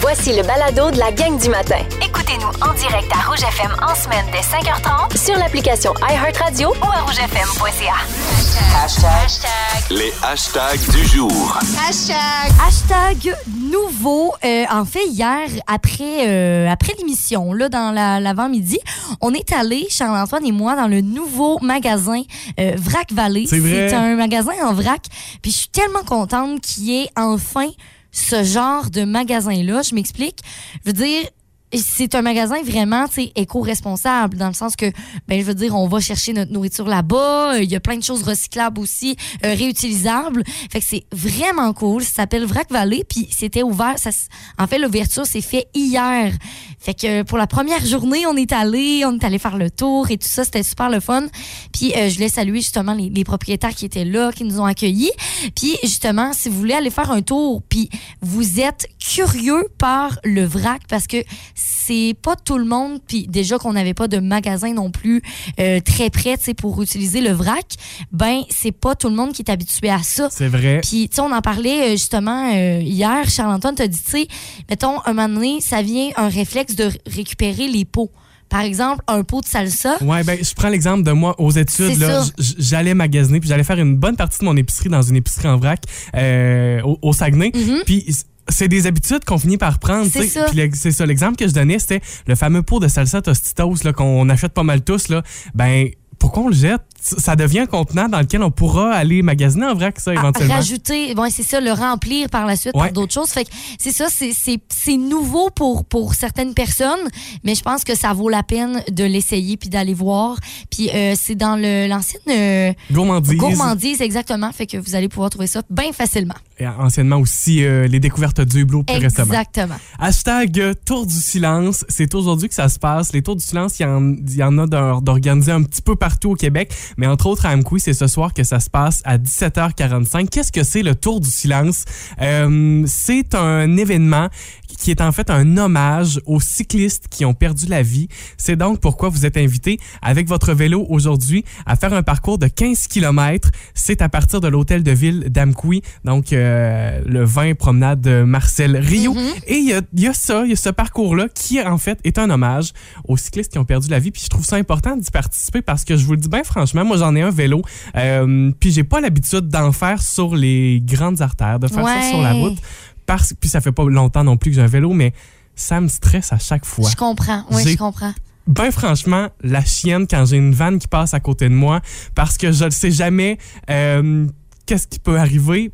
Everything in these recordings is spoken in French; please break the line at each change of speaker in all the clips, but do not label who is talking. Voici le balado de la gang du matin. Écoutez-nous en direct à Rouge FM en semaine dès 5h30 sur l'application iHeartRadio ou à rougefm.ca.
Les hashtags du jour.
Hashtag nouveau. Euh, en fait, hier, après, euh, après l'émission, là, dans la- l'avant-midi, on est allé, Charles-Antoine et moi, dans le nouveau magasin euh, Vrac Vallée.
C'est vrai.
un magasin en vrac. Puis je suis tellement contente qu'il y ait enfin ce genre de magasin-là. Je m'explique. Je veux dire, c'est un magasin vraiment tu sais, éco-responsable dans le sens que ben je veux dire on va chercher notre nourriture là-bas, Euh, il y a plein de choses recyclables aussi, euh, réutilisables. Fait que c'est vraiment cool, ça s'appelle Vrac Vallée puis c'était ouvert ça s- en fait l'ouverture s'est fait hier. Fait que euh, pour la première journée, on est allé, on est allé faire le tour et tout ça, c'était super le fun. Puis euh, je voulais saluer justement les, les propriétaires qui étaient là, qui nous ont accueillis. Puis justement, si vous voulez aller faire un tour, puis vous êtes curieux par le vrac parce que c'est pas tout le monde, puis déjà qu'on n'avait pas de magasin non plus euh, très près, tu sais, pour utiliser le vrac, ben c'est pas tout le monde qui est habitué à ça.
C'est vrai.
Puis, tu sais, on en parlait euh, justement euh, hier. Charles-Antoine t'a dit, tu sais, mettons, un moment donné, ça vient un réflexe de r- récupérer les pots. Par exemple, un pot de salsa.
Ouais, ben, je prends l'exemple de moi aux études.
C'est
là,
ça.
j- J'allais magasiner, puis j'allais faire une bonne partie de mon épicerie dans une épicerie en vrac euh, au, au Saguenay. Puis c'est des habitudes qu'on finit par prendre.
Mm-hmm. C'est
tu sais.
ça.
Puis le- C'est ça. L'exemple que je donnais, c'était le fameux pot de salsa Tostitos là, qu'on achète pas mal tous. Là. Ben, pourquoi on le jette? Ça ça devient un contenant dans lequel on pourra aller magasiner en vrac, ça,
à-
éventuellement.
rajouter, bon, c'est ça, le remplir par la suite
Ouais.
par d'autres choses. Fait que c'est ça, c'est- c'est c'est nouveau pour, pour certaines personnes, mais je pense que ça vaut la peine de l'essayer puis d'aller voir. Puis euh, c'est dans le- l'ancienne euh,
Gourmandise.
gourmandise, exactement. Fait que vous allez pouvoir trouver ça bien facilement.
Et anciennement aussi, euh, les découvertes du hublot plus récemment.
Exactement.
Hashtag euh, Tour du silence. C'est aujourd'hui que ça se passe. Les Tours du silence, il y en, il y en a d'or- d'organiser un petit peu partout au Québec. Mais entre autres, à Amqui, c'est ce soir que ça se passe à 17h45. Qu'est-ce que c'est le Tour du silence? Euh, c'est un événement qui est en fait un hommage aux cyclistes qui ont perdu la vie. C'est donc pourquoi vous êtes invité avec votre vélo aujourd'hui à faire un parcours de 15 km. C'est à partir de l'hôtel de ville d'Amqui, donc euh, le 20 promenade de Marcel Rio. Et il y a, il y a ça, il y a ce parcours-là qui, en fait, est un hommage aux cyclistes qui ont perdu la vie. Puis je trouve ça important d'y participer parce que je vous le dis bien franchement, moi j'en ai un vélo, euh, puis j'ai pas l'habitude d'en faire sur les grandes artères, de faire ça
Ouais.
sur la route. Parce, puis ça fait pas longtemps non plus que j'ai un vélo, mais ça me stresse à chaque fois.
Je comprends. Oui,
J'ai-
je comprends.
Ben franchement, la chienne quand j'ai une vanne qui passe à côté de moi parce que je ne sais jamais euh, qu'est-ce qui peut arriver.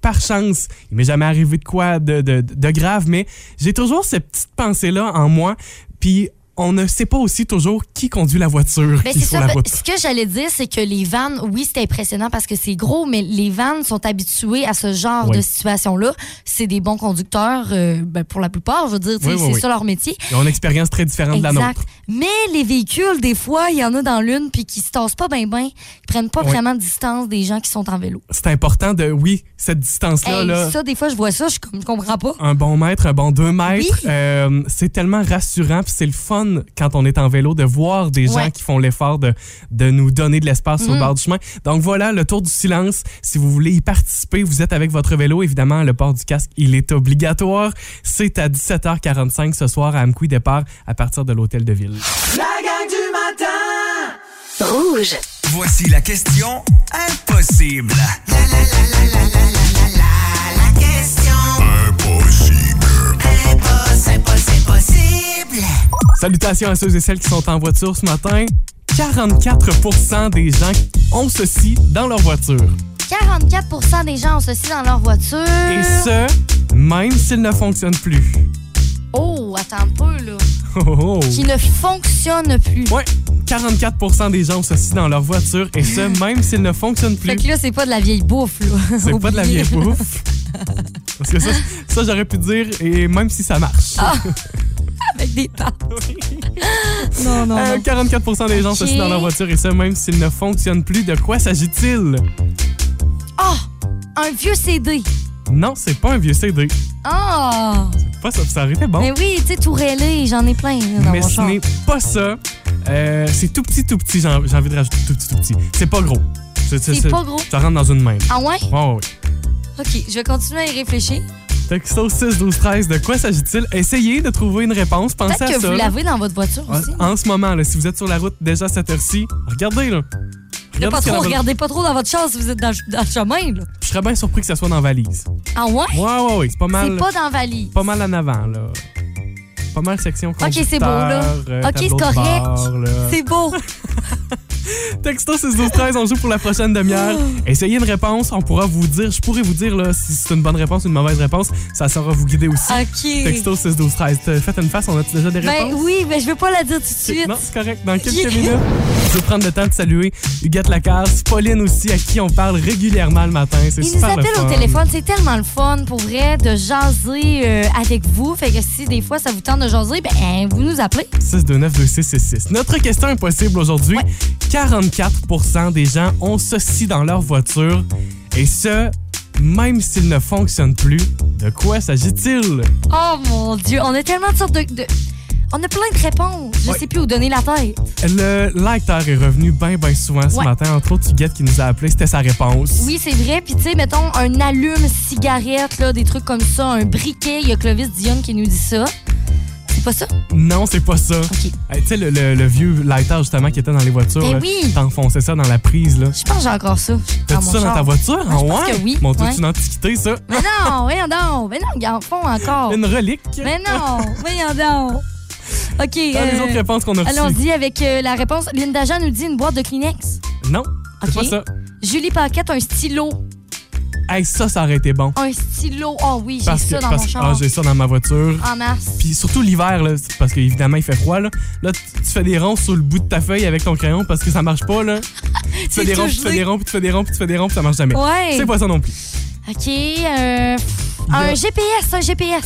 Par chance, il m'est jamais arrivé de quoi de, de- de grave, mais j'ai toujours cette petite pensée-là en moi. Puis on ne sait pas aussi toujours qui conduit la voiture
Ben,
qui est
c'est ça.
sur la
ben,
route.
Ce que j'allais dire, c'est que les vannes, oui, c'est impressionnant parce que c'est gros, mais les vannes sont habituées à ce genre
Oui.
de situation-là. C'est des bons conducteurs euh, ben, pour la plupart, je veux dire. tu sais,
Oui, oui,
c'est
oui.
ça leur métier.
Ils ont une expérience très différente de la
Exact.
nôtre.
Mais les véhicules, des fois, il y en a dans l'une puis qui se tassent pas bien, bien. Ils prennent pas
Oui.
vraiment de distance des gens qui sont en vélo.
C'est important de, oui, cette distance-là.
Hey,
là,
Ça, des fois, je vois ça, je com- comprends pas.
un bon mètre, un bon deux mètres.
Oui.
Euh, c'est tellement rassurant. Puis c'est le fun quand on est en vélo de voir des gens
Ouais.
qui font l'effort de, de nous donner de l'espace sur le
Mhm.
bord du chemin. Donc voilà, le tour du silence. Si vous voulez y participer, vous êtes avec votre vélo. Évidemment, le port du casque, il est obligatoire. C'est à 17h45 ce soir à Amqui Départ à partir de l'hôtel de ville.
La gang du matin
Rouge.
Voici la question impossible.
La question Impossible Impossible, impossible
Salutations à ceux et celles qui sont en voiture ce matin. 44 des gens ont ceci dans leur voiture.
44 des gens ont ceci dans leur voiture.
Et ce, même s'il ne fonctionne plus.
Oh, attends un peu, là.
Oh, oh, oh.
Qui ne fonctionne plus.
Ouais, 44 des gens ont ceci dans leur voiture et ce, même s'il ne fonctionne plus.
Fait que là, c'est pas de la vieille bouffe, là.
C'est pas de la
Oublié.
vieille bouffe. Parce que ça, ça j'aurais pu dire, et même si ça marche.
Ah, Avec des pâtes. non, non,
Euh,
non.
44 des gens ont
Ok.
ceci dans leur voiture et ce, même s'il ne fonctionne plus. De quoi s'agit-il?
Ah! un vieux CD.
Non, c'est pas un vieux CD.
Ah!
Pas ça, ça aurait été bon.
Mais oui, tu sais, tout rêlé, j'en ai plein là, dans
Mais
mon
ce
char.
n'est pas ça. Euh, c'est tout petit, tout petit. J'ai j'ai envie de rajouter tout petit, tout petit. C'est pas gros.
C'est pas gros.
Ça rentre dans une main.
Ah ouais?
Oh, oui.
OK, je vais continuer à y réfléchir.
Texto 6 12 13 de quoi s'agit-il? Essayez de trouver une réponse, pensez
Peut-être
à
que
ça.
vous
là.
l'avez dans votre voiture aussi.
en, en ce moment, là, si vous êtes sur la route déjà à cette heure-ci, regardez là.
Regardez pas
ce
trop,
qu'il y a dans votre-
regardez pas trop dans votre char si vous êtes dans, le- dans le chemin. Là.
Je serais bien surpris que ça soit dans la valise.
Ah ouais?
Ouais, ouais, ouais. C'est pas mal.
C'est pas dans la valise.
pas mal en avant, là. Pas mal section
Ok, c'est beau, là.
conducteur, euh,
Ok, c'est
tableau de
correct.
bord, là.
C'est beau.
Texto 612-13, on joue pour la prochaine demi-heure. Essayez une réponse, on pourra vous dire, je pourrais vous dire là, si c'est une bonne réponse ou une mauvaise réponse, ça saura vous guider aussi.
OK.
Texto 612-13, Euh, faites une face, on a déjà des
Ben
réponses?
oui, mais je veux pas la dire tout de suite.
Non, c'est correct. Dans quelques
Ok.
minutes, je veux prendre le temps de saluer Huguette Lacasse, Pauline aussi, à qui on parle régulièrement le matin. C'est
Ils nous
super le
appellent au
fun.
téléphone. C'est tellement le fun, pour vrai, de jaser euh, avec vous. Fait que si des fois ça vous tente de jaser, ben vous nous appelez.
629-2666. Notre question impossible aujourd'hui. 44 des gens ont ceci dans leur voiture. Et ce, même s'il ne fonctionne plus, de quoi s'agit-il?
Oh mon Dieu, on a tellement de sortes de... de- On a plein de réponses. Je
Ouais.
sais plus où donner la tête.
Le lecteur est revenu bien, bien souvent ce
Ouais.
matin. Entre autres, Huguette qui nous a appelé, c'était sa réponse.
Oui, c'est vrai. Puis, tu sais, mettons un allume-cigarette, là, des trucs comme ça, un briquet. Il y a Clovis Dionne qui nous dit ça. C'est pas ça?
Non, c'est pas ça.
OK.
Hey, tu sais, le, le- le vieux lighter justement qui était dans les voitures,
Ben
là,
oui.
t'enfonçais ça dans la prise. là.
Je pense que j'ai encore ça.
T'as-tu
mon
ça dans
char.
ta voiture?
Ah, je pense
ouais?
que oui,
Mon Dieu,
ouais.
c'est une antiquité, ça.
Mais non, voyons donc. Mais non, ils en font encore.
Une relique.
Mais non, voyons donc. OK.
Dans les
euh,
autres réponses qu'on a reçues.
Allons-y avec euh, la réponse. Linda Jean nous dit une boîte de Kleenex.
Non, c'est
OK.
pas ça.
Julie Paquette, un stylo.
Hey, ça, ça aurait été bon.
Un stylo. Oh oui, j'ai ça dans
parce
mon
que-
char.
ah, j'ai ça dans ma voiture.
en mars.
Puis surtout l'hiver, là, c'est parce qu'évidemment, il fait froid. Là, là tu, tu fais des ronds sur le bout de ta feuille avec ton crayon parce que ça marche pas. Là. Tu fais
C'est
des
tout
ronds, puis tu fais
gelé.
des ronds, puis tu fais des ronds, puis tu fais des ronds, puis ça marche jamais.
Ouais.
C'est pas ça non plus.
OK. euh,
Il
un
y a-
GPS, un GPS.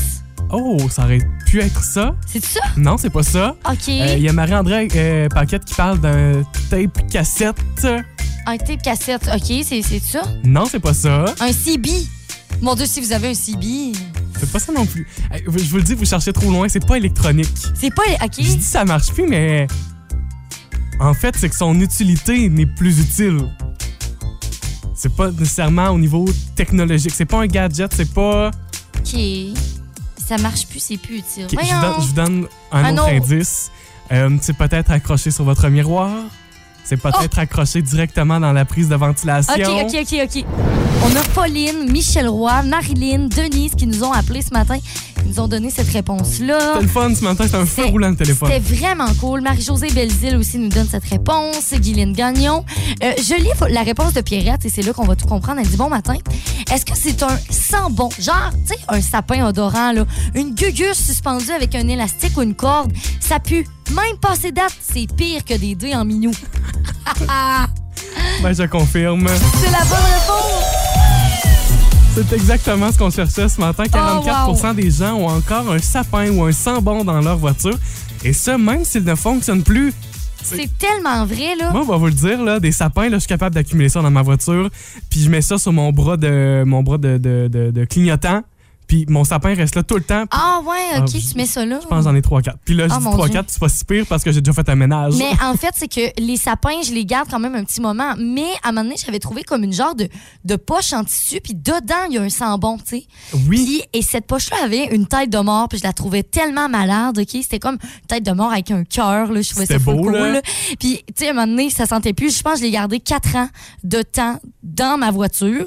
Oh, ça aurait pu être ça.
C'est ça?
Non, c'est pas ça.
OK.
Euh, Il y a Marie-André euh, Paquette qui parle d'un tape cassette.
Un tape cassette. OK, c'est c'est ça?
Non, c'est pas ça.
Un CB. Mon Dieu, si vous avez un CB,
C'est pas ça non plus. Hey, Je vous le dis, vous cherchez trop loin, c'est pas électronique.
c'est pas. OK.
Je dis ça marche plus, mais en fait, c'est que son utilité n'est plus utile. C'est pas nécessairement au niveau technologique. C'est pas un gadget, c'est pas.
OK. Ça marche plus, c'est plus utile.
Ok, je, vous
Voyons.
donne, je vous donne un,
Un
autre,
autre.
indice. Euh, c'est peut-être accroché sur votre miroir. C'est peut-être accroché directement dans la prise de ventilation.
Oh! OK, OK, OK, OK. On a Pauline, Michel Roy, Marilyn, Denise qui nous ont appelés ce matin. Ils nous ont donné cette réponse-là.
C'était le fun ce matin, c'est un feu
C'est-
roulant le téléphone.
C'était vraiment cool. Marie-Josée Belzile aussi nous donne cette réponse. Guylaine Gagnon. Euh, je lis la réponse de Pierrette et c'est là qu'on va tout comprendre. Elle dit bon matin. Est-ce que c'est un sambon? Genre, tu sais, un sapin odorant, là. Une guguche suspendue avec un élastique ou une corde. Ça pue. Même passé date, c'est pire que des dés en minou.
Ben, je confirme.
C'est la bonne réponse.
C'est exactement ce qu'on cherchait ce
Oh,
matin. 44 des gens ont encore un sapin ou un sambon dans leur voiture. Et ça, même s'il ne fonctionne plus.
C'est tellement vrai, là.
Moi, on va vous le dire, là, des sapins, là, je suis capable d'accumuler ça dans ma voiture. Puis je mets ça sur mon bras de, mon bras de, de- de- de clignotant. Puis mon sapin reste là tout le temps. Puis
Ah ouais,
Ah,
ok,
je-
tu mets ça là.
Je pense que j'en ai 3-4. Puis là, je
Ah,
dis
mon
3-4, c'est pas si pire parce que j'ai déjà fait un ménage.
Mais en fait, c'est que les sapins, je les garde quand même un petit moment. Mais à un moment donné, j'avais trouvé comme une genre de, de poche en tissu, puis dedans, il y a un sambon, tu sais.
oui.
Puis, et cette poche-là avait une tête de mort, puis je la trouvais tellement malade, OK? C'était comme une tête de mort avec un cœur, là. Je trouvais ça
C'était
full
beau,
cool,
là.
là. Puis, tu sais, à un moment donné, ça sentait plus. Je pense que je l'ai gardé quatre ans de temps dans ma voiture,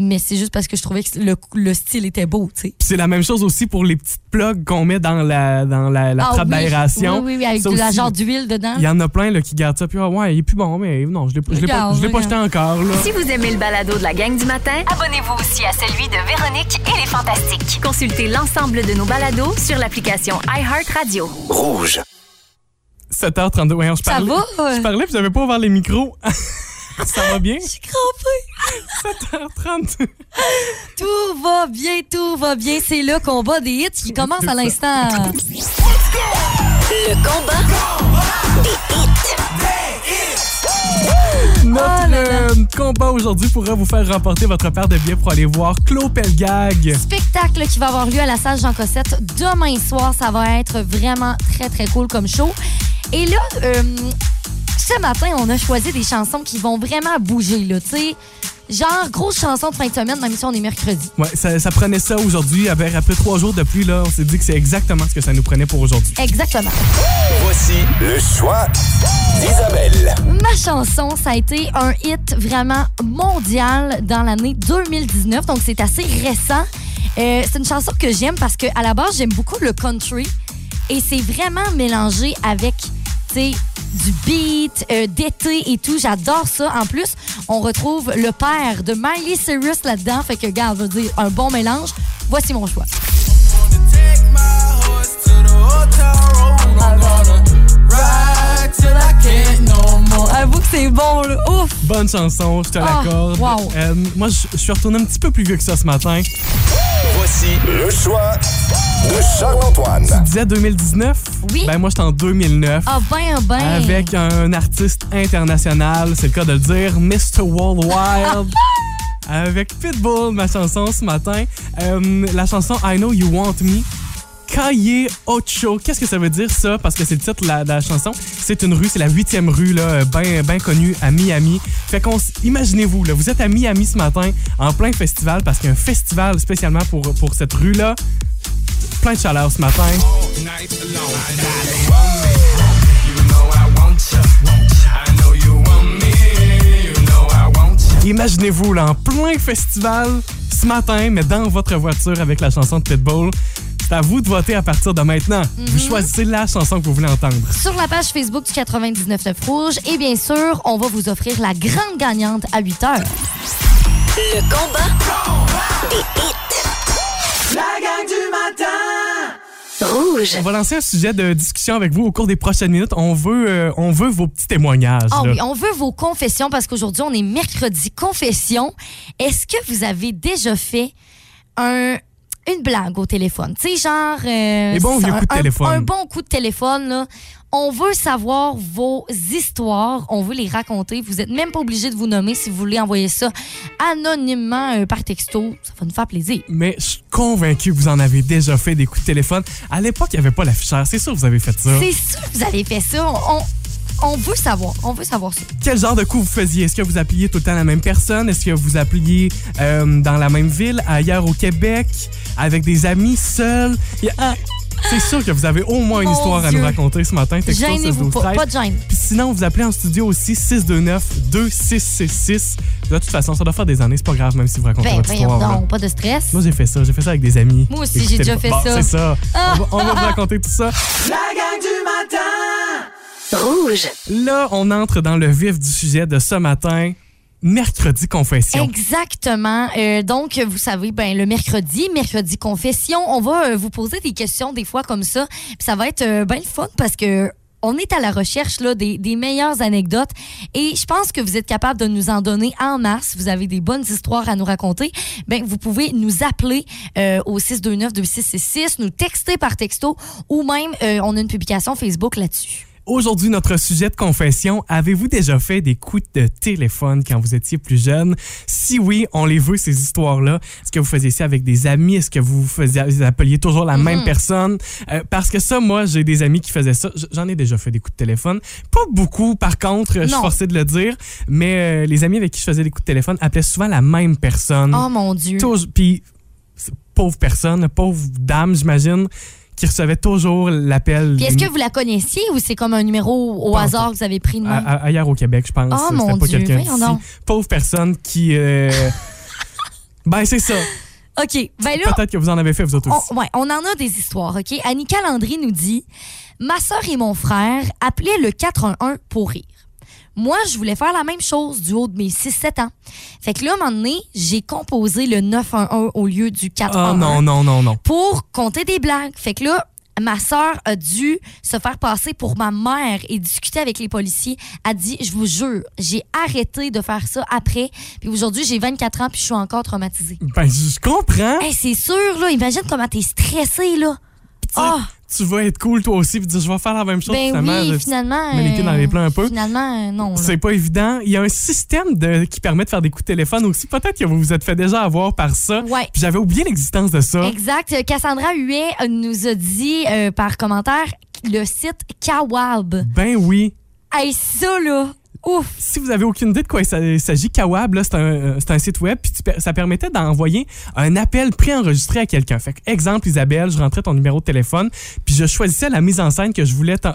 mais c'est juste parce que je trouvais que le, le style était beau, tu sais.
Puis c'est la même chose aussi pour les petites plugs qu'on met dans la, dans la, la
Ah
trappe
oui,
d'aération.
Oui, oui, oui, avec
Ça
de la
aussi,
genre d'huile dedans.
Il y en a plein là, qui gardent ça, puis ah ouais, il est plus bon, mais non, je l'ai je l'ai pas,
Regarde,
je l'ai pas
regarde.
jeté encore. Là.
Si vous aimez le balado de la gang du matin, abonnez-vous aussi à celui de Véronique et les Fantastiques. Consultez l'ensemble de nos balados sur l'application iHeartRadio.
7h32, ouais, je
Ça
parlais.
va?
Je parlais, puis j'avais pas ouvert les micros. ça va bien?
Je suis crampée.
7h32.
Tout va bien, tout va bien. C'est le combat des hits qui commence à l'instant.
Le combat
Ah,
Notre euh, combat aujourd'hui pourra vous faire remporter votre paire de billets pour aller voir Claude Pelgag.
Spectacle qui va avoir lieu à la salle Jean Cossette demain soir. Ça va être vraiment très, très cool comme show. Et là, euh, ce matin, on a choisi des chansons qui vont vraiment bouger, là, tu sais. Genre, grosse chanson de fin de semaine, même si on est mercredi.
Ouais, ça, ça prenait ça aujourd'hui. Après, après trois jours de pluie, là, on s'est dit que c'est exactement ce que ça nous prenait pour aujourd'hui.
Exactement.
Voici le choix d'Isabelle.
Ma chanson, ça a été un hit vraiment mondial dans l'année 2019, donc c'est assez récent. Euh, c'est une chanson que j'aime parce que à la base, j'aime beaucoup le country et c'est vraiment mélangé avec tu sais, du beat, euh, d'été et tout. J'adore ça. En plus, on retrouve le père de Miley Cyrus là-dedans. Fait que, regarde, je veux dire, un bon mélange. Voici mon choix. Avoue que c'est bon, là. Ouf!
Bonne chanson, je te
Ah,
l'accorde.
wow.
Euh, moi, je, je suis retourné un petit peu plus vieux que ça ce matin.
Voici le choix de Charles-Antoine.
Tu disais 2019?
Oui.
Ben, moi, j'étais en 2009.
Ah, ben, ben.
Avec un artiste international, c'est le cas de le dire, Mr. Worldwide. avec Pitbull, ma chanson ce matin. Euh, la chanson I Know You Want Me. Calle Ocho. Qu'est-ce que ça veut dire ça? Parce que c'est le titre de la, de la chanson. C'est une rue, c'est la huitième rue, là, bien ben connue à Miami. Fait qu'on, s- imaginez-vous, là, vous êtes à Miami ce matin, en plein festival, parce qu'il y a un festival spécialement pour, pour cette rue-là. Plein de chaleur ce matin. Imaginez-vous là, en plein festival ce matin, mais dans votre voiture avec la chanson de Pitbull. C'est à vous de voter à partir de maintenant.
Mhm.
Vous choisissez la chanson que vous voulez entendre.
Sur la page Facebook du 99.9 Rouge. Et bien sûr, on va vous offrir la grande gagnante à 8 heures.
Le combat des hits.
La gang du matin!
Rouge.
On va lancer un sujet de discussion avec vous au cours des prochaines minutes. On veut, euh, on veut vos petits témoignages.
Ah
là.
oui, on veut vos confessions parce qu'aujourd'hui, on est mercredi confession. Est-ce que vous avez déjà fait un, une blague au téléphone? Tu sais, genre. euh,
Les bons vieux
un-
coups de
un-
téléphone.
Un, bon coup de téléphone, là. On veut savoir vos histoires, on veut les raconter. Vous n'êtes même pas obligé de vous nommer si vous voulez envoyer ça anonymement euh, par texto. Ça va nous faire plaisir.
Mais je suis convaincu que vous en avez déjà fait des coups de téléphone. À l'époque, il n'y avait pas l'afficheur. C'est sûr que vous avez fait ça.
C'est sûr que vous avez fait ça. On, on veut savoir. On veut savoir ça.
Quel genre de coup vous faisiez? Est-ce que vous appeliez tout le temps la même personne? Est-ce que vous appeliez euh, dans la même ville, ailleurs au Québec, avec des amis, seuls? Il y a- ah, C'est sûr que vous avez au moins une
Mon
histoire à
Dieu.
nous raconter ce matin. texto
Gênez-vous
16 12
pas.
13.
Pas de gêne.
Puis sinon, vous appelez en studio aussi 629-2666. De toute façon, ça doit faire des années. C'est pas grave, même si vous racontez
Ben,
votre
ben,
histoire. là.
non, pas de stress.
Moi, j'ai fait ça. J'ai fait ça avec des amis.
Moi aussi,
Écoutez
j'ai déjà
le-
fait
Bon,
ça. Ah.
C'est ça. On va, on va vous raconter tout ça.
La gang du matin!
Rouge.
Là, on entre dans le vif du sujet de ce matin. Mercredi confession.
Exactement. Euh, donc, vous savez, ben, le mercredi, mercredi confession, on va euh, vous poser des questions des fois comme ça. Puis ça va être euh, ben le fun parce que on est à la recherche là, des, des meilleures anecdotes et je pense que vous êtes capable de nous en donner en masse. Vous avez des bonnes histoires à nous raconter. Ben, vous pouvez nous appeler euh, au 629-2666, nous texter par texto ou même euh, on a une publication Facebook là-dessus.
Aujourd'hui, notre sujet de confession, avez-vous déjà fait des coups de téléphone quand vous étiez plus jeune? Si oui, on les veut, ces histoires-là. Est-ce que vous faisiez ça avec des amis? Est-ce que vous, faisiez, vous appeliez toujours la
Mm-hmm.
même personne? Euh, parce que ça, moi, j'ai des amis qui faisaient ça. J- J'en ai déjà fait des coups de téléphone. Pas beaucoup, par contre, je suis
Non.
forcé de le dire. Mais euh, les amis avec qui je faisais des coups de téléphone appelaient souvent la même personne.
Oh mon Dieu.
Tou- Puis, c'est- pauvre personne, pauvre dame, j'imagine, qui recevait toujours l'appel.
Puis est-ce que vous la connaissiez ou c'est comme un numéro au
Pas en Ah,
hasard que vous avez pris de
A-
même?
a- ailleurs au Québec, je pense.
Ah,
C'était
mon
pas
Dieu,
quelqu'un
voyons
d'ici.
donc.
Pauvre personne qui. euh, ben, c'est ça.
OK. Ben là,
Peut-être que vous en avez fait, vous autres aussi.
on, ouais, on en a des histoires, OK? Annie Landry nous dit Ma soeur et mon frère appelaient le 411 pour rire. Moi, je voulais faire la même chose du haut de mes 6-7 ans. Fait que là, à un moment donné, j'ai composé le 911 au lieu du 411
Ah, non, non, non, non.
pour compter des blagues. Fait que là, ma sœur a dû se faire passer pour ma mère et discuter avec les policiers. A dit, je vous jure, j'ai arrêté de faire ça après. Puis aujourd'hui, j'ai 24 ans puis je suis encore traumatisée.
Ben, je je comprends.
Hey, c'est sûr, là. Imagine comment t'es stressée, là. Ah,
Tu vas être cool, toi aussi, puis dire, je vais faire la même chose.
ben
finalement,
oui,
Je-
finalement.
mets les pieds dans les plats un peu.
Finalement, euh, non. là.
C'est pas évident. Il y a un système de, qui permet de faire des coups de téléphone aussi. Peut-être que vous vous êtes fait déjà avoir par ça.
Ouais.
Puis j'avais oublié l'existence de ça.
Exact. Euh, Cassandra Huet euh, nous a dit euh, par commentaire le site Kawab.
Ben oui.
Hey, ça, là. Ouf!
si vous avez aucune idée de quoi il s'a- il s'agit, Kawab, là, c'est un, euh, c'est un site web, puis tu per- ça permettait d'envoyer un appel préenregistré à quelqu'un. Fait que, exemple, Isabelle, je rentrais ton numéro de téléphone, puis je choisissais la mise en scène que je voulais t'en-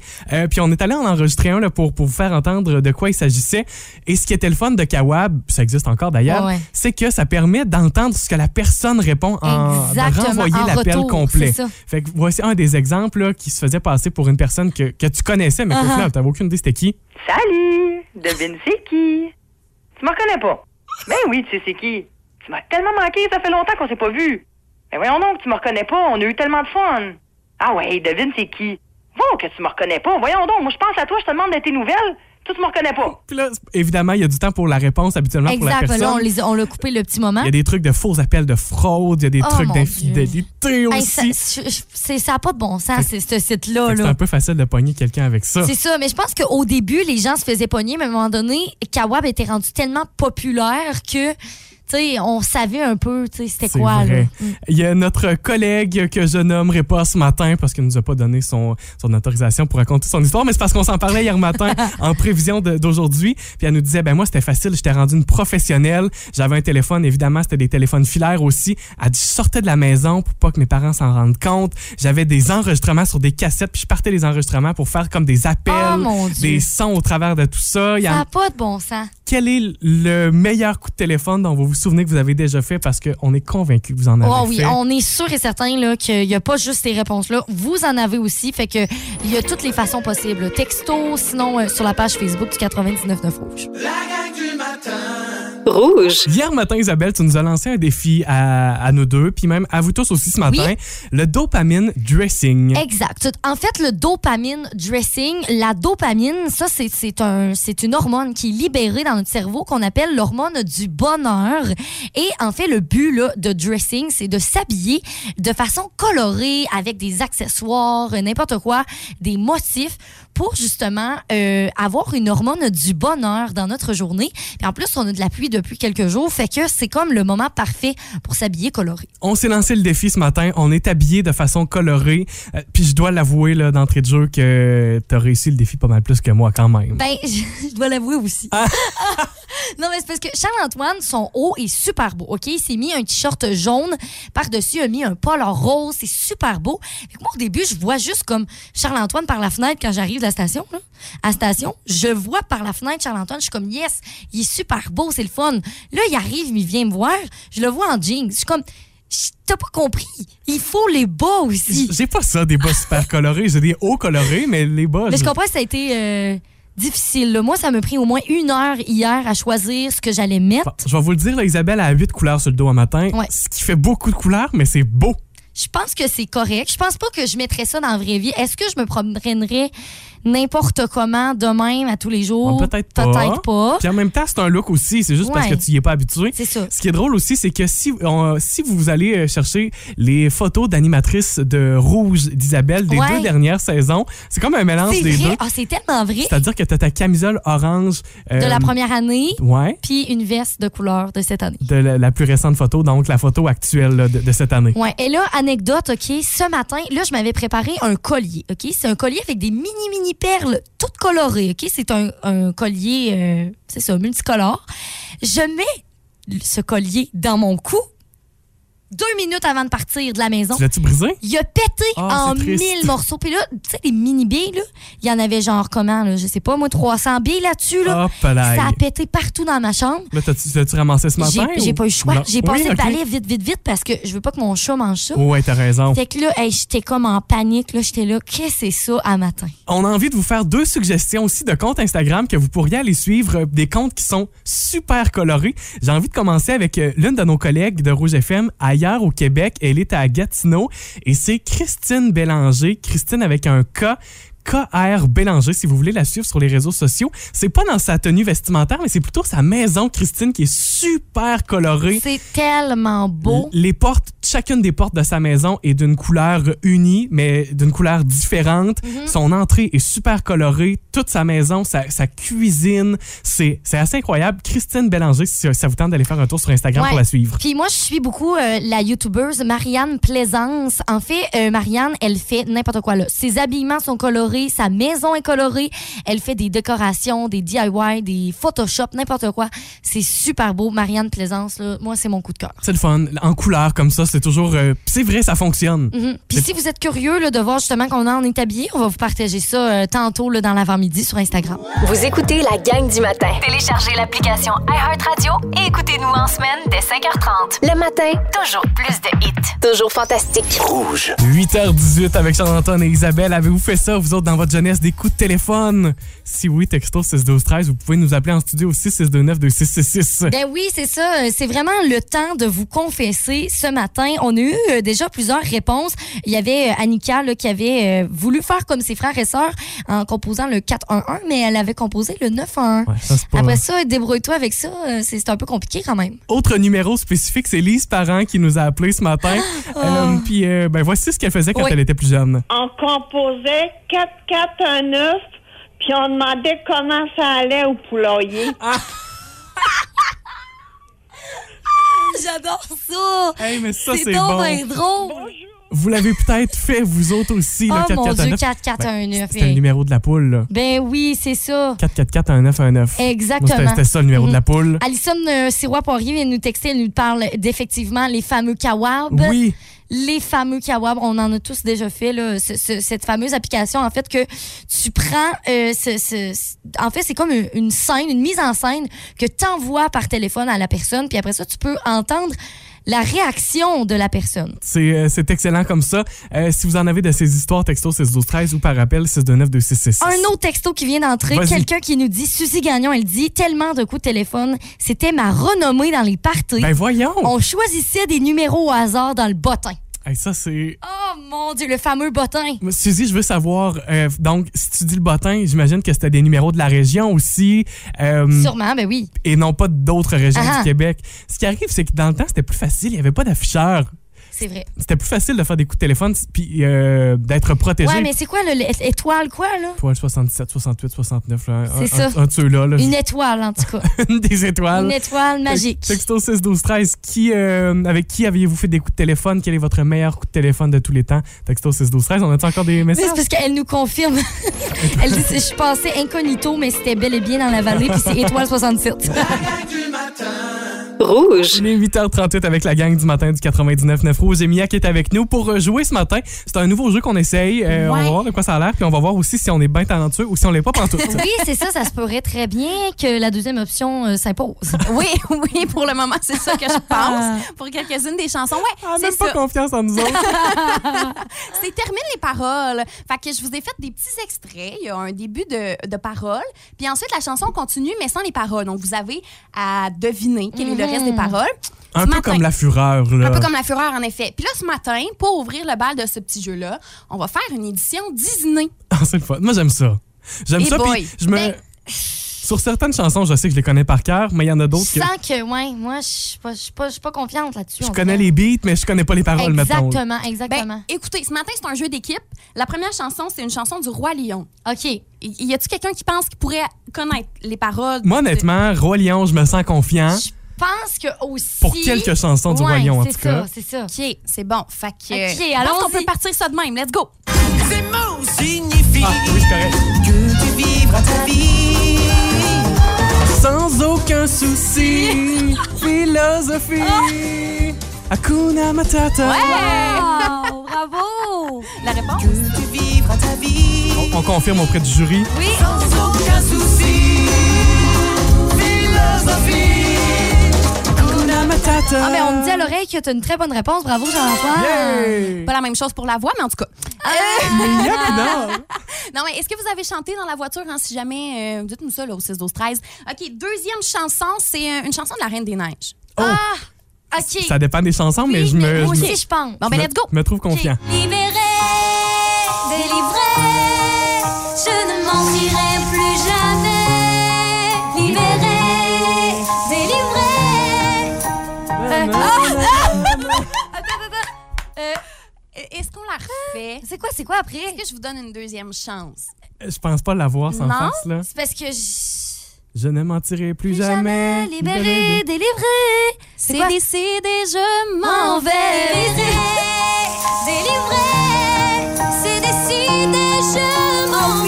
Oui.
Euh, puis on est allé en enregistrer un là, pour, pour vous faire entendre de quoi il s'agissait. Et ce qui était le fun de Kawab, ça existe encore d'ailleurs,
Ouais, ouais.
c'est que ça permet d'entendre ce que la personne répond en de
Exactement,
renvoyer
en
l'appel
retour,
complet.
c'est ça.
Fait que voici un des exemples là, qui se faisait passer pour une personne que, que tu connaissais, mais qu'au
Uh-huh.
final, t'avais aucune idée c'était qui.
Salut! Devine c'est qui? Tu me reconnais pas? Ben oui, tu sais c'est qui. Tu m'as tellement manqué, ça fait longtemps qu'on s'est pas vu. Ben voyons donc, tu me reconnais pas, on a eu tellement de fun. Ah ouais, devine c'est qui? Bon, que tu me reconnais pas, voyons donc, moi je pense à toi, je te demande de tes nouvelles, toi tu me reconnais pas.
Puis là, évidemment, il y a du temps pour la réponse habituellement pour la
Exact.
personne.
Là, on les a- on l'a coupé le petit moment.
Il y a des trucs de faux appels de fraude, il y a des
Oh,
trucs
mon
d'infidélité
Hey,
aussi.
ça n'a pas de bon sens, c'est ce
Fait
site-là.
que c'est
là.
un peu facile de pogner quelqu'un avec ça.
C'est ça, mais je pense qu'au début, les gens se faisaient pogner, mais à un moment donné, Kawab était rendu tellement populaire que, tu sais, on savait un peu, tu sais, c'était
C'est
quoi,
vrai.
là. Mm.
Il y a notre collègue que je nommerai pas ce matin parce qu'il nous a pas donné son, son autorisation pour raconter son histoire, mais c'est parce qu'on s'en parlait hier matin en prévision de- d'aujourd'hui. Puis elle nous disait, ben moi c'était facile, j'étais rendue une professionnelle, j'avais un téléphone, évidemment c'était des téléphones filaires aussi. Elle dit, je sortais de la maison pour pas que mes parents s'en rendent compte. J'avais des enregistrements sur des cassettes, puis je partais les enregistrements pour faire comme des appels,
Oh, mon Dieu.
des sons au travers de tout ça. Il y
Ça
en-
n'a pas de bon sens.
Quel est le meilleur coup de téléphone dont vous vous souvenez que vous avez déjà fait parce qu'on est convaincu que vous en avez
Oh oui,
fait?
on est sûr et certain là, qu'il n'y a pas juste ces réponses-là. Vous en avez aussi, fait que il y a toutes les façons possibles. Texto, sinon euh, sur la page Facebook du 99.9 Rouge.
La gang du matin.
Hier matin, Isabelle, tu nous as lancé un défi à, à nous deux, puis même à vous tous aussi ce matin, le dopamine dressing.
Exact. En fait, le dopamine dressing, la dopamine, ça, c'est, c'est, un, c'est une hormone qui est libérée dans notre cerveau qu'on appelle l'hormone du bonheur. Et en fait, le but là, de dressing, c'est de s'habiller de façon colorée, avec des accessoires, euh, n'importe quoi, des motifs, pour justement euh, avoir une hormone du bonheur dans notre journée. Puis en plus, on a de la pluie depuis quelques jours, fait que c'est comme le moment parfait pour s'habiller coloré.
On s'est lancé le défi ce matin, on est habillé de façon colorée, euh, puis je dois l'avouer là, d'entrée de jeu que t'as réussi le défi pas mal plus que moi quand même.
Ben, je, je dois l'avouer aussi. non, mais c'est parce que Charles-Antoine, son haut est super beau, OK? Il s'est mis un t-shirt jaune, par-dessus, il a mis un polar rose, c'est super beau. Fait que moi, au début, je vois juste comme Charles-Antoine par la fenêtre quand j'arrive de la station, là, à la station. Je vois par la fenêtre Charles-Antoine, je suis comme, yes, il est super beau, c'est le fun. Là, il arrive, il vient me voir, je le vois en jeans. Je suis comme, Je- t'as pas compris, il faut les bas aussi.
J'ai pas ça, des bas super colorés, j'ai des hauts colorés, mais les bas...
Mais je
je-
comprends que ça a été euh, difficile. là. Moi, ça m'a pris au moins une heure hier à choisir ce que j'allais mettre.
Je vais vous le dire, là, Isabelle a huit couleurs sur le dos un matin,
Ouais.
ce qui fait beaucoup de couleurs, mais c'est beau.
Je pense que c'est correct. Je pense pas que je mettrais ça dans la vraie vie. Est-ce que je me promènerais n'importe comment de même à tous les jours?
Ouais, Ah, Peut-être pas.
Peut-être pas.
Puis en même temps, c'est un look aussi, c'est juste parce que
Oh. Ouais.
tu y es pas habitué.
C'est ça.
Ce qui est drôle aussi, c'est que si, on- si vous allez euh, chercher les photos d'animatrices de Rouge d'Isabelle des
Ouais.
deux dernières saisons, c'est comme un mélange
C'est
des
vrai.
deux.
Ah, c'est tellement vrai.
C'est-à-dire que tu as ta camisole orange euh,
De la première année,
Ouais.
puis une veste de couleur de cette année.
De la, la plus récente photo, donc la photo actuelle là, de, de cette année.
Ouais. Et là, anecdote, OK, ce matin, là, je m'avais préparé un collier, OK? C'est un collier avec des mini-mini perles toutes colorées, OK? C'est un, un collier, euh, c'est ça, multicolore. Je mets ce collier dans mon cou deux minutes avant de partir de la maison.
Tu l'as-tu brisé?
Il a pété
Ah,
en
c'est triste.
mille morceaux. Puis là, tu sais, les mini-billes, là, il y en avait genre comment, là, je sais pas, moi, 300 billes là-dessus, là.
Hop là.
Ça a pété partout dans ma chambre.
Là, t'as-tu- l'as-tu ramassé Ah, ce
J'ai
matin?
j'ai
ou-
pas eu le
Non.
choix. J'ai
Oui,
passé le
ok.
balai vite, vite, vite parce que je veux pas que mon chat mange ça.
Ouais, t'as raison.
Fait que là, hey, j'étais comme en panique. Là, j'étais là, qu'est-ce que c'est ça à matin?
On a envie de vous faire deux suggestions aussi de comptes Instagram que vous pourriez aller suivre, euh, des comptes qui sont super colorés. J'ai envie de commencer avec euh, l'une de nos collègues de Rouge FM ailleurs au Québec. Elle est à Gatineau et c'est Christine Bélanger. Christine avec un K. KR Bélanger, si vous voulez la suivre sur les réseaux sociaux. C'est pas dans sa tenue vestimentaire, mais c'est plutôt sa maison, Christine, qui est super colorée.
C'est tellement beau.
L- Les portes, chacune des portes de sa maison est d'une couleur unie, mais d'une couleur différente. Son entrée est super colorée. Toute sa maison, sa, sa cuisine, c'est c'est assez incroyable. Christine Bélanger, si ça vous tente d'aller faire un tour sur Instagram
Ouais.
pour la suivre.
Puis moi, je suis beaucoup euh, la youtubeuse Marianne Plaisance. En fait, euh, Marianne, elle fait n'importe quoi là. Ses habillements sont colorés, colorée, sa maison est colorée. Elle fait des décorations, des DIY, des Photoshop, n'importe quoi. C'est super beau. Marianne Plaisance, là, moi, c'est mon coup de cœur.
C'est le fun. En couleur, comme ça, c'est toujours. euh, pis c'est vrai, ça fonctionne.
Mhm. Puis si vous êtes curieux là, de voir justement qu'on en est habillé, on va vous partager ça euh, tantôt là, dans l'avant-midi sur Instagram.
Vous écoutez la gang du matin. Téléchargez l'application iHeartRadio et écoutez-nous en semaine dès 5h30. Le matin, toujours plus de hits. Toujours fantastique.
8h18 avec Jean-Antoine et Isabelle. Avez-vous fait ça, vous autres, dans votre jeunesse, des coups de téléphone? Si oui, texto 612-13. Vous pouvez nous appeler en studio au 629-2666.
Ben oui, c'est ça. C'est vraiment le temps de vous confesser ce matin. On a eu euh, déjà plusieurs réponses. Il y avait euh, Annika là, qui avait euh, voulu faire comme ses frères et sœurs en composant le 4-1-1, mais elle avait composé le 9-1.
Ouais, ça, c'est pas-
Après ça, débrouille-toi avec ça. euh, C'est c'est un peu compliqué quand même.
Autre numéro spécifique, c'est Lise Parent qui nous a appelé ce matin. Euh, Puis, euh, ben, voici ce qu'elle faisait quand
Oh. Oui. Ah.
elle était plus jeune.
on composait 4-4-1-9, puis on demandait comment ça allait au poulailler.
Ah, J'adore ça.
Hey, mais ça,
C'est
c'est
donc
bon.
bien drôle.
Vous l'avez peut-être fait, vous autres aussi,
Oh
le 4
mon
4
Dieu,
9
4419.
Ben, C'était le numéro de la poule, là.
Ben oui, c'est ça.
444-1919.
Exactement.
Moi, c'était- C'était ça le numéro de la poule.
Alison euh, Sirois-Poirier vient de nous texter. Elle nous parle d'effectivement les fameux kawab.
Oui.
Les fameux kawab. On en a tous déjà fait, là, ce- ce- cette fameuse application, en fait, que tu prends... euh, ce- ce- ce- en fait, c'est comme une, une scène, une mise en scène que tu envoies par téléphone à la personne. Puis après ça, tu peux entendre la réaction de la personne.
C'est euh, c'est excellent comme ça. Euh, si vous en avez de ces histoires, texto 612-13 ou par appel 629-2666.
Un autre texto qui vient d'entrer,
Vas-y.
quelqu'un qui nous dit, Suzy Gagnon, elle dit, tellement de coups de téléphone, c'était ma renommée dans les parties.
Ben voyons!
On choisissait des numéros au hasard dans le bottin.
Hey, ça, c'est...
Oh mon dieu, le fameux bottin.
Suzy, je veux savoir, euh, donc, si tu dis le bottin, j'imagine que c'était des numéros de la région aussi, euh,
Sûrement, ben oui.
et non pas d'autres régions
Ah ah.
du Québec. Ce qui arrive, c'est que dans le temps, c'était plus facile, il n'y avait pas d'afficheur.
C'est vrai.
C'était plus facile de faire des coups de téléphone puis euh, d'être protégé.
Ouais, mais c'est quoi le- l'étoile, quoi, là?
Pour un 67, 68, 69, là, un,
C'est
un-
ça.
un de ceux-là, là,
Une étoile, en tout cas.
une des étoiles.
Une étoile magique.
Texto 6 12 13 qui euh, avec qui aviez-vous fait des coups de téléphone quel est votre meilleur coup de téléphone de tous les temps texto 6 12 13 on a encore des
Mais
messages
C'est parce qu'elle nous confirme. Elle dit Je suis passée incognito, mais c'était bel et bien dans la vallée, puis c'est étoile 67.
du matin.
Rouge.
Il est 8h38 avec la gang du matin du 99.9 Rouge et Mia qui est avec nous pour euh, jouer ce matin. C'est un nouveau jeu qu'on essaye. Euh, On va
Ouais.
voir de quoi ça a l'air puis on va voir aussi si on est bien talentueux ou si on l'est pas pantoute.
Oui, c'est ça, ça se pourrait très bien que la deuxième option euh, s'impose.
Oui, oui, pour le moment, c'est ça que je pense. pour quelques-unes des chansons. Ouais,
On n'a
c'est
Ah, même pas
ça.
confiance en nous autres.
C'est termine les paroles. Fait que je vous ai fait des petits extraits. Il y a un début de, de parole. Puis ensuite, la chanson continue, mais sans les paroles. Donc, vous avez à deviner quel est le reste
Mhm.
des paroles.
Un
Ce
peu
matin-
comme la fureur là.
Un peu comme la fureur, en effet. Puis là, ce matin, pour ouvrir le bal de ce petit jeu-là, on va faire une édition Disney.
Ah, c'est le fun. Moi j'aime ça. J'aime
Hey
ça puis
boy.
je me
Ben-
sur certaines chansons, je sais que je les connais par cœur, mais il y en a d'autres
Je
que
sens que, ouais, moi, je suis pas, je suis pas, je suis pas confiante là-dessus.
je
on
connais
dirait.
les beats mais je connais pas les paroles mettons. là.
Exactement, exactement.
Ben, écoutez, ce matin, c'est un jeu d'équipe. La première chanson, c'est une chanson du Roi Lion.
OK.
Y y a-tu quelqu'un qui pense qu'il pourrait connaître les paroles?
Moi, honnêtement, Roi Lion, je me sens confiant
Je pense que aussi.
pour quelques chansons du Roi
Ouais,
Lion, en
c'est
tout
ça,
cas.
C'est ça.
OK, c'est bon. Fait que.
Ok,
je pense qu'on
allons-y.
peut partir ça de même. Let's go!
Ces mots signifient
Ah, oui, c'est correct.
que tu vivras ta vie.
Sans aucun souci, philosophie, Hakuna Matata.
Wow, bravo!
La réponse?
Que tu vivras ta vie.
On confirme auprès du jury.
Sans aucun souci. Philosophie.
Hakuna Matata.
Ah, ben, on me dit à l'oreille que t'as une très bonne réponse. Bravo, Jean-Antoine.
Euh. Yay!
Pas la même chose pour la voix, mais en tout cas.
Mais y'a plus d'or.
Non, mais est-ce que vous avez chanté dans la voiture, hein, si jamais. euh, Dites-nous ça, là, au 6, 12, 13. OK, deuxième chanson, c'est euh, une chanson de La Reine des Neiges.
Oh,
Ah! OK.
Ça dépend des chansons, mais je me.
Moi
je me-
aussi, je pense.
Bon, ben,
me-
let's go!
me trouve confiant.
Libéré, délivré, je ne m'en irai plus jamais. Libéré, délivré.
E-, Est-ce qu'on la refait?
C'est quoi, c'est quoi après?
Est-ce que je vous donne une deuxième chance?
Je pense pas l'avoir sans
Non.
face, là.
C'est parce que je...
Je ne mentirai plus jamais.
Libéré, délivré, c'est quoi?
décidé, je
m'en vais. Délivré, délivré, c'est décidé, je m'en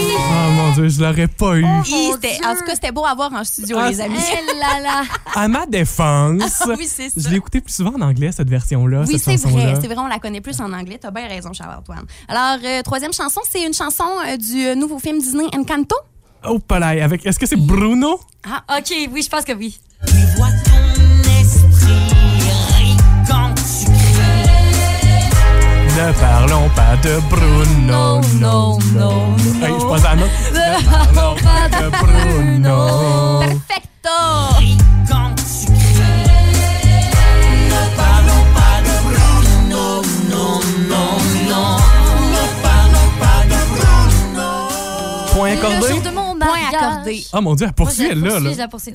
Oh, je l'aurais pas eu.
Ah Hi,
Oh mon
c'était-
Dieu.
en tout cas, c'était beau à voir en studio,
Ah,
les amis.
Eh là là.
À ma défense,
oui, c'est ça.
je l'ai écouté plus souvent en anglais, cette version-là,
Oui,
cette
c'est vrai,
chanson-là.
c'est vrai, on la connaît plus en anglais. T'as bien raison, Charles-Antoine. Alors, euh, troisième chanson, c'est une chanson euh, du euh, nouveau film Disney Encanto.
Oh, palais, avec. Est-ce que c'est Bruno?
Ah, OK, oui, je pense que oui.
Tu vois ton esprit rit quand tu crées.
Ne parlons pas de Bruno.
Non, non, non,
Hey,
non.
je pense à un autre. Ne parlons pas de Bruno.
Perfecto!
Rit quand tu crées. Ne parlons pas de Bruno, non, non, non. Ne parlons pas de Bruno.
Point
Le
accordé?
jour de mon
Point
mariage.
accordé.
Ah, mon Dieu, elle
Moi, je
poursuit,
la
elle, là.
poursuis,
là.
je la poursuis.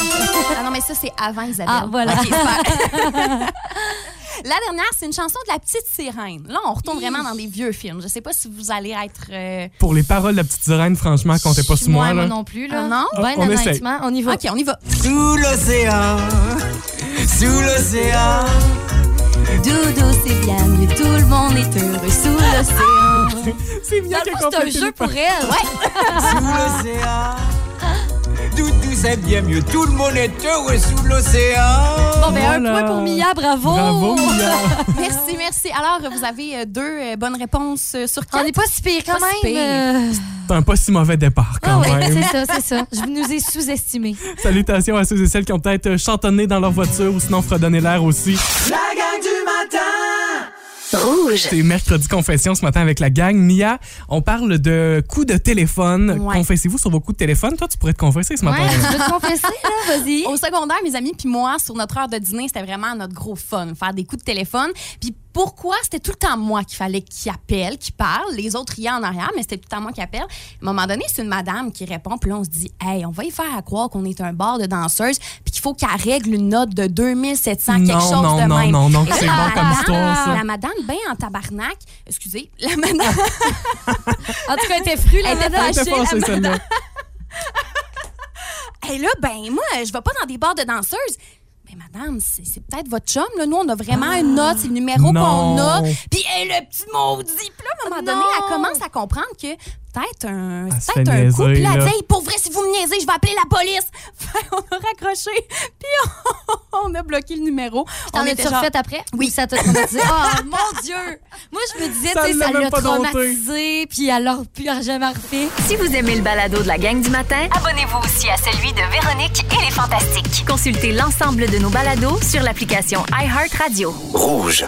Ah non, mais ça, c'est avant Isabelle.
Ah, voilà.
Ok, super. la dernière, c'est une chanson de la petite sirène. Là, on retourne vraiment dans des vieux films. Je sais pas si vous allez être. euh,
Pour les paroles de la petite sirène, franchement, comptez pas sur moi,
Ouais,
là.
non plus, là.
Ah, non?
Ouais,
On
non, Ah,
essaye.
honnêtement, on y va.
Ok, on y va.
Sous l'océan, sous l'océan.
Doudou, c'est bien mieux. Tout le monde est heureux sous l'océan.
C'est bien
Dans le
qu'elle
fond, c'est
ah,
un
complète
jeu
les
pour elle. Ouais.
sous l'océan. Tout, tout ça bien mieux. Tout le monde est heureux sous l'océan.
Bon, ben,
Voilà.
un point pour Mia, Oh. bravo.
Oh euh, Bravo, Mia.
merci, merci. Alors, vous avez euh, deux euh, bonnes réponses euh, sur
On
quatre.
n'est pas si pire quand
Pas si
même. euh.
C'est un pas si mauvais départ,
Ah
quand
ouais,
même.
c'est ça, c'est ça. Je nous ai sous-estimés.
Salutations à ceux et celles qui ont peut-être euh, chantonné dans leur voiture ou sinon fredonné l'air aussi.
La gang du matin.
C'est mercredi confession ce matin avec la gang. Mia, on parle de coups de téléphone.
Ouais.
Confessez-vous sur vos coups de téléphone. Toi, tu pourrais te confesser ce matin.
Ouais, je peux te confesser, là, vas-y.
Au secondaire, mes amis puis moi, sur notre heure de dîner, c'était vraiment notre gros fun, faire des coups de téléphone. Puis pourquoi c'était tout le temps moi qu'il fallait qu'il appelle, qu'il parle, les autres riaient en arrière, mais c'était tout le temps moi qui appelle. À un moment donné, c'est une madame qui répond, puis là on se dit, hey, on va y faire à croire qu'on est un bar de danseuses, puis qu'il faut qu'elle règle une note de 2700 quelque
Non,
chose
non,
de
non,
même.
non, non,
Et là,
c'est
la
bon comme
madame-
histoire, ça.
La madame, ben en tabarnak, excusez, la madame,
En tout cas, elle était frue, la
Elle était
madame.
Elle était forcée, celle-là.
Et là, ben moi, je vais pas dans des bars de danseuses. Mais madame, c'est c'est peut-être votre chum. Là. Nous, on a vraiment une note, c'est le numéro
Ah! Non.
qu'on a. Puis hey, le petit maudit. Puis là, à un moment donné,
Non.
elle commence à comprendre que peut-être un,
Elle se
c'est peut-être
fait
un coup.
niaiser,
Puis là, elle
là.
dit, Hey, pour vrai, si vous me niaisez, je vais appeler la police. Fait, on a raccroché. Puis on, on a bloqué le numéro.
T'en
on
as-tu
genre-
refait après? Oui. Ça t'a traumatisé. Oh mon Dieu! Moi, je me disais,
Ça
tu sais,
l'a
ça
même
l'a
pas dompté.
traumatisé, puis alors, plus jamais refait.
Si vous aimez le balado de la gang du matin, abonnez-vous aussi à celui de Véronique et les Fantastiques. Consultez l'ensemble de nos balados sur l'application iHeartRadio.
Rouge.